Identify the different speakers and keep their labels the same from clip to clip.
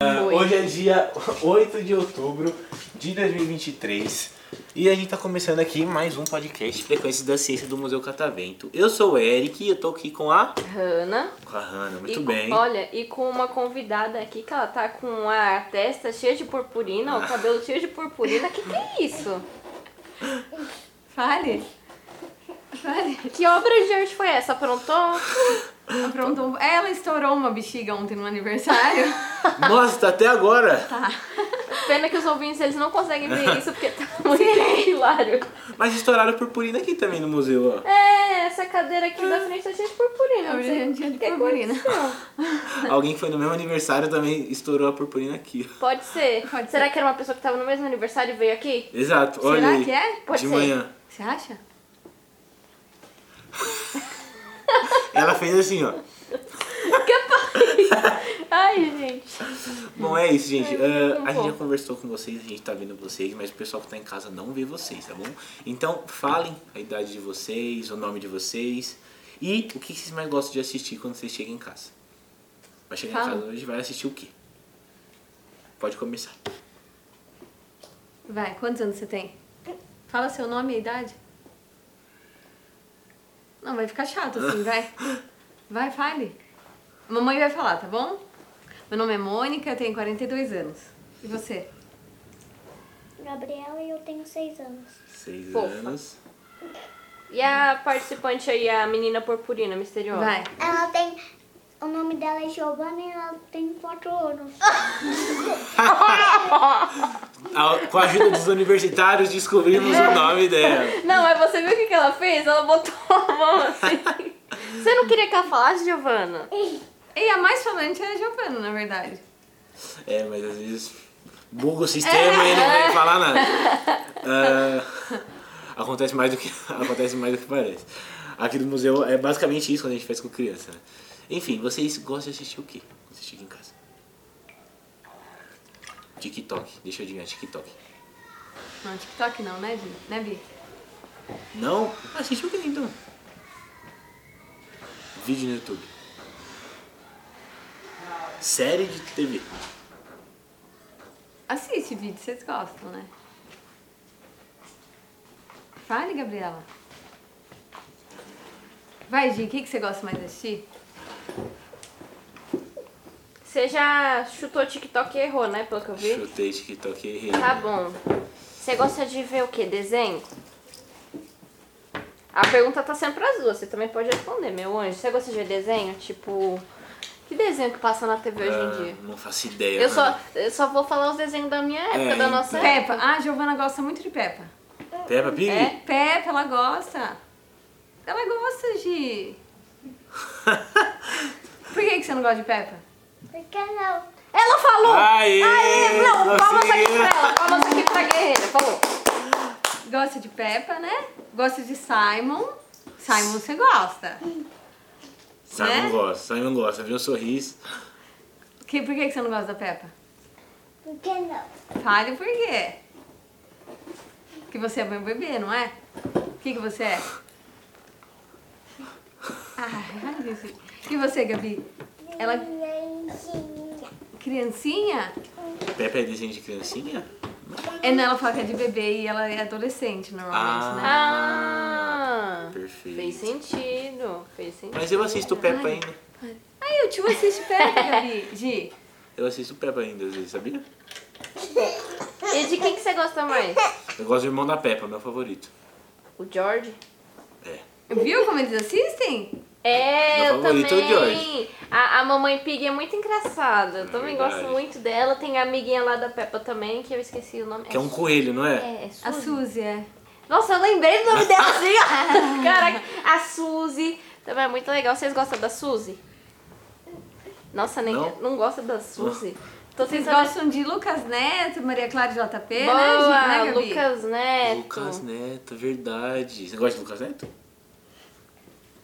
Speaker 1: Ah, Hoje é dia 8 de outubro de 2023 e a gente tá começando aqui mais um podcast Frequências da Ciência do Museu Catavento. Eu sou o Eric e eu tô aqui com a,
Speaker 2: Hanna.
Speaker 1: com a Hanna,
Speaker 2: E
Speaker 1: muito
Speaker 2: com-
Speaker 1: bem.
Speaker 2: Olha, e com uma convidada aqui que ela tá com a testa cheia de purpurina,
Speaker 3: Ah.
Speaker 2: o cabelo cheio de purpurina. Que que é isso? Fale. Fale. Que obra de arte foi essa? Aprontou?
Speaker 3: Aprontou. um- Ela estourou uma bexiga ontem no aniversário.
Speaker 1: Nossa, tá até agora!
Speaker 2: Pena que os ouvintes eles não conseguem ver isso porque tá muito hilário.
Speaker 1: Mas estouraram purpurina aqui também no museu, ó.
Speaker 2: É, essa cadeira aqui da frente tá cheia de purpurina. não
Speaker 3: Hoje
Speaker 2: sei
Speaker 3: Ah. é um dia de
Speaker 2: o que
Speaker 3: purpurina.
Speaker 2: aconteceu.
Speaker 1: Alguém que foi no meu aniversário também estourou a purpurina aqui.
Speaker 2: Pode ser.
Speaker 3: Pode
Speaker 2: Será que era uma pessoa que tava no mesmo aniversário e veio aqui?
Speaker 1: Exato, olha
Speaker 3: Será
Speaker 1: aí.
Speaker 3: que é?
Speaker 2: Pode
Speaker 1: de
Speaker 2: ser.
Speaker 1: manhã.
Speaker 3: Você acha?
Speaker 1: Ela fez assim, ó.
Speaker 2: Ai, gente.
Speaker 1: Bom, é isso, gente.
Speaker 2: Ai, eu
Speaker 1: Ah, a gente
Speaker 2: fico
Speaker 1: já
Speaker 2: pouco.
Speaker 1: conversou com vocês, a gente tá vendo vocês, mas o pessoal que tá em casa não vê vocês, tá bom? Então, falem a idade de vocês, o nome de vocês e o que vocês mais gostam de assistir quando vocês chegam em casa. Vai chegar
Speaker 2: Fala.
Speaker 1: em casa hoje e vai assistir o quê? Pode começar.
Speaker 3: Vai, quantos anos você tem? Fala seu nome e a idade. Não, vai ficar chato assim, vai. Vai, fale. A mamãe vai falar, tá bom? Meu nome é Mônica, eu tenho 42 anos. E você?
Speaker 4: Gabriela e eu tenho seis anos.
Speaker 1: Seis
Speaker 2: Fofa.
Speaker 1: anos.
Speaker 2: E a participante aí, a menina purpurina misteriosa?
Speaker 3: Vai.
Speaker 4: Ela tem. O nome dela é Giovanna e ela tem quatro anos.
Speaker 3: Ah!
Speaker 1: A- Ah, com a ajuda dos universitários, descobrimos o nome dela.
Speaker 2: Não, mas você viu o que, que ela fez? Ela botou a mão assim. Você não queria que ela falasse, Giovana?
Speaker 3: E a mais falante é a Giovana, na verdade.
Speaker 1: É, mas às vezes buga o sistema e ele não vem falar nada. Ah, acontece, mais do que, acontece mais do que parece. Aqui no museu é basicamente isso quando a gente faz com criança. Né? Enfim, vocês gostam de assistir o quê? Quando vocês chegam em casa. TikTok, deixa eu adivinhar, TikTok.
Speaker 3: Não, TikTok não, né, Bi? Né, Bi?
Speaker 1: Não? Assiste o quê então? Vídeo no YouTube. Série de TV.
Speaker 3: Assiste vídeo, vocês gostam, né? Fale, Gabriela. Vai, Gi, o que, que você gosta mais de assistir?
Speaker 2: Você já chutou TikTok e errou, né? Pelo que eu vi.
Speaker 1: Chutei TikTok e errei.
Speaker 2: Tá bom. Você gosta de ver o quê? Desenho? A pergunta tá sempre as duas, você também pode responder, meu anjo. Você gosta de ver desenho? Tipo, que desenho que passa na TV hoje em
Speaker 1: Ah,
Speaker 2: dia?
Speaker 1: Não faço ideia. mano.
Speaker 2: Eu só, eu só vou falar os desenhos da minha época,
Speaker 1: É,
Speaker 2: da nossa época.
Speaker 3: Peppa. Ah, a Giovana gosta muito de Peppa.
Speaker 1: Peppa Pig?
Speaker 2: É?
Speaker 3: Peppa, ela gosta. Ela gosta, Gi. Por que, que você não gosta de Peppa?
Speaker 4: Porque não.
Speaker 2: Ela falou!
Speaker 1: Aê, assim.
Speaker 2: Aê, não, palmas aqui
Speaker 1: conseguiu.
Speaker 2: pra ela, palmas aqui pra guerreira, falou.
Speaker 3: Gosta de Peppa, né? Gosta de Simon. Simon você gosta.
Speaker 1: Simon
Speaker 3: Né?
Speaker 1: gosta, Simon gosta. Viu o sorriso?
Speaker 3: Que, por que, que você não gosta da Peppa?
Speaker 4: Porque não.
Speaker 3: Fale por quê? Que você é meu bebê, não é? O que, que você é? Ai, ai, gente. E você, Gabi? Ela é
Speaker 4: é
Speaker 3: criancinha?
Speaker 4: Criancinha.
Speaker 1: Peppa é desenho de criancinha?
Speaker 3: É, não, ela fala que é de bebê e ela é adolescente normalmente, né?
Speaker 2: Ah,
Speaker 1: Perfeito.
Speaker 2: fez sentido, fez sentido.
Speaker 1: Mas eu assisto Peppa ainda.
Speaker 3: Ai, o tio assiste Peppa, Gabi. Gi,
Speaker 1: Eu assisto Peppa ainda, às vezes, sabia?
Speaker 2: E de quem que você gosta mais?
Speaker 1: Eu gosto do irmão da Peppa, meu favorito.
Speaker 2: O George?
Speaker 1: É.
Speaker 3: viu como eles assistem?
Speaker 2: É,
Speaker 1: Meu
Speaker 2: eu
Speaker 1: favorito é o
Speaker 2: também.
Speaker 1: George.
Speaker 2: A, a mamãe Pig é muito engraçada. Eu também
Speaker 1: Verdade.
Speaker 2: gosto muito dela. Tem a amiguinha lá da Peppa também, que eu esqueci o nome.
Speaker 1: Que é um coelho, não é?
Speaker 2: É, é
Speaker 3: A
Speaker 2: Suzy.
Speaker 3: Suzy é.
Speaker 2: Nossa, eu lembrei do nome dela assim. ó. Caraca, a Suzy também é muito legal. Vocês gostam da Suzy? Nossa, nem
Speaker 1: Não?
Speaker 2: não, gosta da Suzy. Tô
Speaker 3: Vocês
Speaker 2: tentando...
Speaker 3: gostam de Lucas Neto, Maria Clara de JP, né, Gi?
Speaker 2: Boa,
Speaker 3: né, Gabi?
Speaker 2: Lucas Neto.
Speaker 1: Lucas Neto, verdade. Você gosta de Lucas Neto?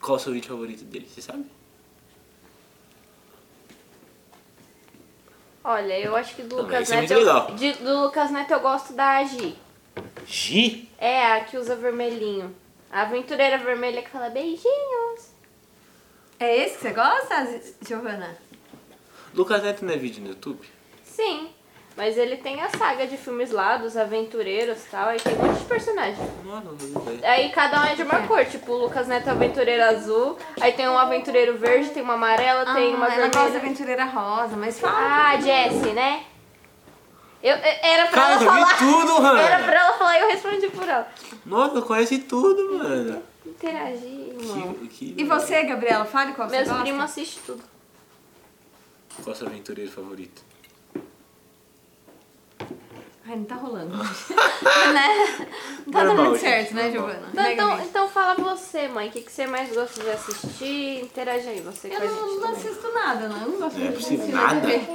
Speaker 1: Qual o seu vídeo favorito dele? Você sabe?
Speaker 2: Olha, eu acho que do
Speaker 1: Não,
Speaker 2: Lucas
Speaker 1: esse é
Speaker 2: Neto.
Speaker 1: muito legal.
Speaker 2: de- do Lucas Neto eu gosto da Agi.
Speaker 1: Gi?
Speaker 2: É, a que usa vermelhinho. A aventureira vermelha que fala beijinhos.
Speaker 3: É esse que você gosta, Z- Giovana?
Speaker 1: Lucas Neto não é vídeo no YouTube?
Speaker 2: Sim. Mas ele tem a saga de filmes lá, dos aventureiros e tal, aí tem um monte de personagem.
Speaker 1: Não, não, não sei.
Speaker 2: Aí cada um é de uma cor, tipo, o Lucas Neto é aventureiro azul, aí tem um aventureiro verde, tem uma amarela, tem uma
Speaker 3: ah, ela gosta da
Speaker 2: vermelha.
Speaker 3: aventureira rosa, mas fala. um
Speaker 2: Ah, a Jessie, né? Eu, eu- era pra
Speaker 1: Cara,
Speaker 2: ela
Speaker 1: eu vi
Speaker 2: falar.
Speaker 1: tudo,
Speaker 2: Era
Speaker 1: mano.
Speaker 2: pra ela falar e eu respondi por ela.
Speaker 1: Nossa, conhece tudo, mano.
Speaker 2: Interagir, irmão.
Speaker 1: Que, que...
Speaker 3: E você, Gabriela, fale qual
Speaker 2: Meus
Speaker 3: você gosta.
Speaker 2: primos assistem tudo.
Speaker 1: Qual seu aventureiro favorito?
Speaker 3: Ai, não tá rolando. né? Não tá dando
Speaker 1: Normal, gente,
Speaker 3: muito certo, né,
Speaker 1: normal.
Speaker 3: Giovana?
Speaker 2: Então,
Speaker 3: Né,
Speaker 2: então,
Speaker 3: Gabi?
Speaker 2: então fala você, mãe. O que, que você mais gosta de assistir? Interage aí você com a
Speaker 3: eu
Speaker 2: gente.
Speaker 3: não, não
Speaker 2: também.
Speaker 3: assisto nada, não. Eu não gosto
Speaker 1: Não é
Speaker 3: muito de
Speaker 1: possível,
Speaker 3: assistir
Speaker 1: nada?
Speaker 3: TV.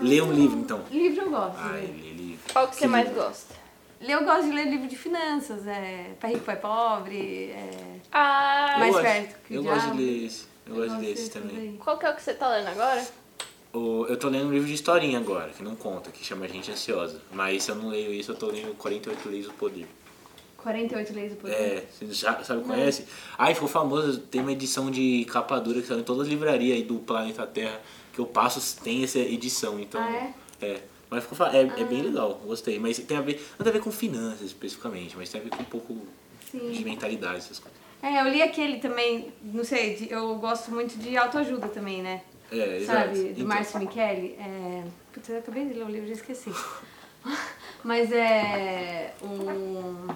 Speaker 1: Lê um livro, então.
Speaker 3: Livro eu gosto.
Speaker 1: Ai,
Speaker 3: né?
Speaker 1: lê livro.
Speaker 2: Qual que você mais gosta?
Speaker 3: Eu gosto de ler livro de finanças, é Pai Rico, Pai Pobre, é...
Speaker 2: Ah,
Speaker 1: Eu
Speaker 3: Mais
Speaker 1: gosto-
Speaker 3: perto que o
Speaker 1: Eu gosto de
Speaker 3: diabo.
Speaker 1: ler esse. Eu gosto de ler esse
Speaker 3: desse
Speaker 1: também.
Speaker 3: daí.
Speaker 2: qual que é o que você tá lendo agora?
Speaker 1: O- Eu tô lendo um livro de historinha agora, que não conta, que chama Gente Ansiosa. Mas se eu não leio isso, eu tô lendo 48 Leis do Poder.
Speaker 3: 48 leis do poder.
Speaker 1: É, você já sabe, conhece? Aí ficou famoso, tem uma edição de capa dura que saiu em todas as livrarias aí do planeta Terra que eu passo, tem essa edição, então.
Speaker 3: Ah,
Speaker 1: é. Mas ficou, fa- é, é bem legal, gostei. Mas tem a ver, não tem a ver com finanças especificamente, mas tem a ver com um pouco
Speaker 3: Sim.
Speaker 1: de mentalidade, essas coisas.
Speaker 3: É, eu li aquele também, não sei, de- eu gosto muito de autoajuda também, né?
Speaker 1: É, exato.
Speaker 3: Sabe, do
Speaker 1: Então,
Speaker 3: Márcio Michele. É... Putz, eu acabei de ler o livro e esqueci. Mas é um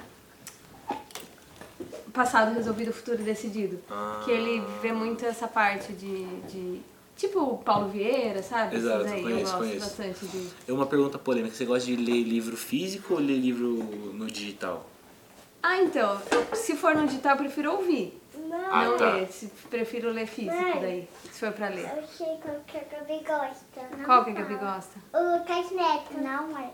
Speaker 3: passado resolvido, futuro decidido.
Speaker 1: Ah.
Speaker 3: Que ele vê muito essa parte de... de- Tipo o Paulo Vieira, sabe? Esses
Speaker 1: Exato,
Speaker 3: aí, eu
Speaker 1: conheço,
Speaker 3: gosto
Speaker 1: conheço.
Speaker 3: bastante de...
Speaker 1: É uma pergunta polêmica, você gosta de ler livro físico ou ler livro no digital?
Speaker 3: Ah, então, eu- se for no digital, eu prefiro ouvir.
Speaker 4: Não,
Speaker 1: Ah,
Speaker 3: não
Speaker 1: tá.
Speaker 3: ler, se- prefiro ler físico
Speaker 4: Mãe.
Speaker 3: daí, se for pra ler.
Speaker 4: eu sei qual que a Gabi gosta. Não
Speaker 3: Qual que a Gabi
Speaker 4: fala.
Speaker 3: gosta?
Speaker 4: O Lucas Neto. Não é.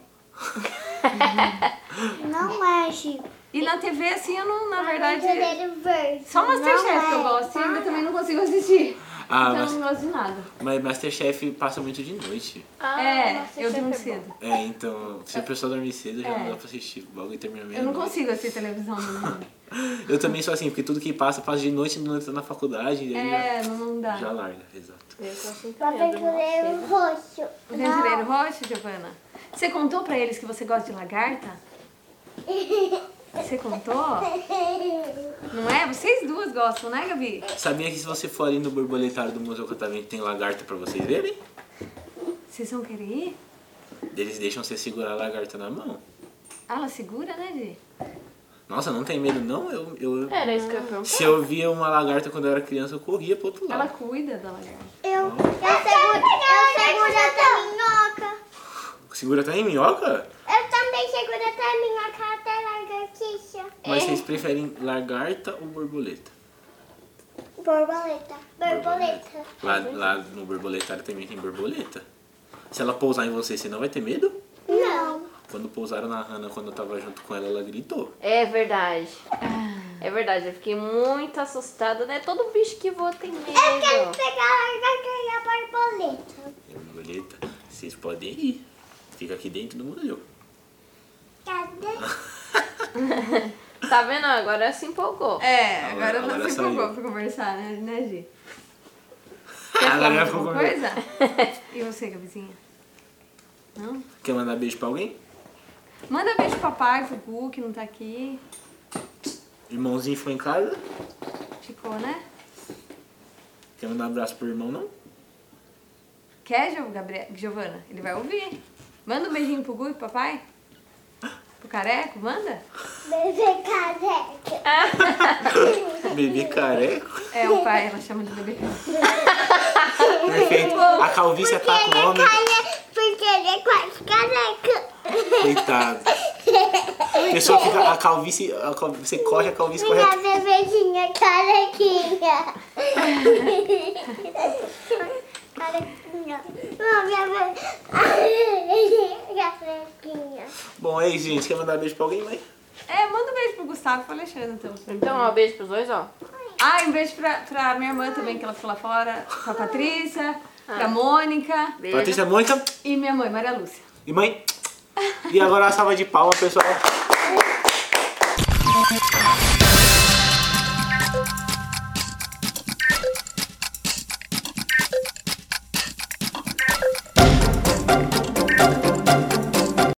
Speaker 4: não é, Chico.
Speaker 3: E na TV, assim, eu não, na
Speaker 4: Ah,
Speaker 3: verdade.
Speaker 4: Verdadeiro verde.
Speaker 3: Só Masterchef
Speaker 4: Não
Speaker 3: que eu
Speaker 4: é.
Speaker 3: gosto e ainda também não consigo assistir.
Speaker 1: Ah,
Speaker 3: então
Speaker 1: mas-
Speaker 3: eu não gosto de nada.
Speaker 1: Mas Masterchef passa muito de noite.
Speaker 2: Ah,
Speaker 3: é,
Speaker 2: nossa,
Speaker 3: eu
Speaker 2: esse
Speaker 3: durmo
Speaker 2: é bom.
Speaker 3: cedo.
Speaker 1: É, então, se a pessoa dormir cedo, já
Speaker 3: É.
Speaker 1: não dá pra assistir. O bagulho termina
Speaker 3: Eu não
Speaker 1: meia-noite.
Speaker 3: consigo assistir televisão. Não.
Speaker 1: Eu também sou assim, porque tudo que passa, passa de noite, de noite tá na faculdade, e aí
Speaker 3: é, não, não dá.
Speaker 1: né? já, já larga, exato.
Speaker 2: Eu tô assim
Speaker 4: O
Speaker 2: também, eu durmo cedo.
Speaker 4: Aventureiro roxo.
Speaker 3: Aventureiro Rocha, Giovana? Você contou pra eles que você gosta de lagarta? Você contou? Não é? Vocês duas gostam, né, Gabi?
Speaker 1: Sabia que se você for ali no borboletário do Museu Catavento, tem lagarta pra vocês verem?
Speaker 3: Vocês vão querer ir?
Speaker 1: Eles deixam você segurar a lagarta na mão.
Speaker 3: Ah, ela segura, né, Gi?
Speaker 1: Nossa, não tem medo não? Eu,
Speaker 3: É.
Speaker 1: eu-
Speaker 2: Era isso que eu ia perguntar.
Speaker 1: Se eu via uma lagarta quando eu era criança, eu corria pro outro
Speaker 3: Ela
Speaker 1: lado.
Speaker 3: cuida da lagarta.
Speaker 4: Eu, eu, seguro, eu seguro essa minhoca.
Speaker 1: Segura até em minhoca?
Speaker 4: Eu também seguro essa minhoca até lagartixa.
Speaker 1: Mas
Speaker 3: É.
Speaker 1: vocês preferem lagarta ou borboleta?
Speaker 4: Borboleta. Borboleta.
Speaker 1: Lá, lá no borboletário também tem borboleta. Se ela pousar em você, você não vai ter medo?
Speaker 4: Não.
Speaker 1: Quando pousaram na Hannah, quando eu tava junto com ela, ela gritou.
Speaker 2: É verdade.
Speaker 1: Ah.
Speaker 2: É verdade, eu fiquei muito assustada, né? Todo bicho que voa tem
Speaker 4: Eu quero
Speaker 2: medo.
Speaker 4: pegar a lagarta e a borboleta.
Speaker 1: Borboleta, vocês podem ir. Fica aqui dentro do museu.
Speaker 4: Cadê?
Speaker 2: Tá vendo? Agora se empolgou.
Speaker 3: É,
Speaker 1: Agora-
Speaker 3: agora,
Speaker 1: agora
Speaker 3: você
Speaker 1: saiu.
Speaker 3: empolgou pra conversar, né, né Gi?
Speaker 1: Ela já ficou
Speaker 3: Alguma
Speaker 1: com medo.
Speaker 3: coisa? E você, Gabizinha? Não?
Speaker 1: Quer mandar beijo pra alguém?
Speaker 3: Manda beijo pro papai, pro Gu, que não tá aqui.
Speaker 1: Irmãozinho foi em casa?
Speaker 3: Ficou, né?
Speaker 1: Quer mandar um abraço pro irmão, não?
Speaker 3: Quer, Gio- Gabriel, Giovana? Ele vai ouvir. Manda um beijinho pro Gu e pro papai. Pro careco, manda.
Speaker 4: Bebê careca.
Speaker 1: Bebê careco.
Speaker 3: É, o pai, ela chama de bebê.
Speaker 1: Perfeito. A calvície é ataca
Speaker 3: é
Speaker 1: o homem.
Speaker 4: Olha, porque ele é quase careca.
Speaker 1: Coitado. A pessoa fica. A calvície. a cal- você corre, a calvície corre.
Speaker 4: Minha bebezinha carequinha. carequinha. Não, minha bebezinha carequinha.
Speaker 1: Bom, é isso, gente. Quer mandar beijo pra alguém, mãe?
Speaker 3: É, manda um beijo pro Gustavo e pro Alexandre, então. pra mim.
Speaker 2: Então, ó, beijo pros dois, ó.
Speaker 3: Ah, e um beijo pra, pra minha irmã também, que ela ficou lá fora. Pra Patrícia, pra Mônica
Speaker 2: Beijo.
Speaker 1: Patrícia tá- Mônica
Speaker 3: e minha mãe, Maria Lúcia.
Speaker 1: e mãe. E agora a salva de palmas, pessoal.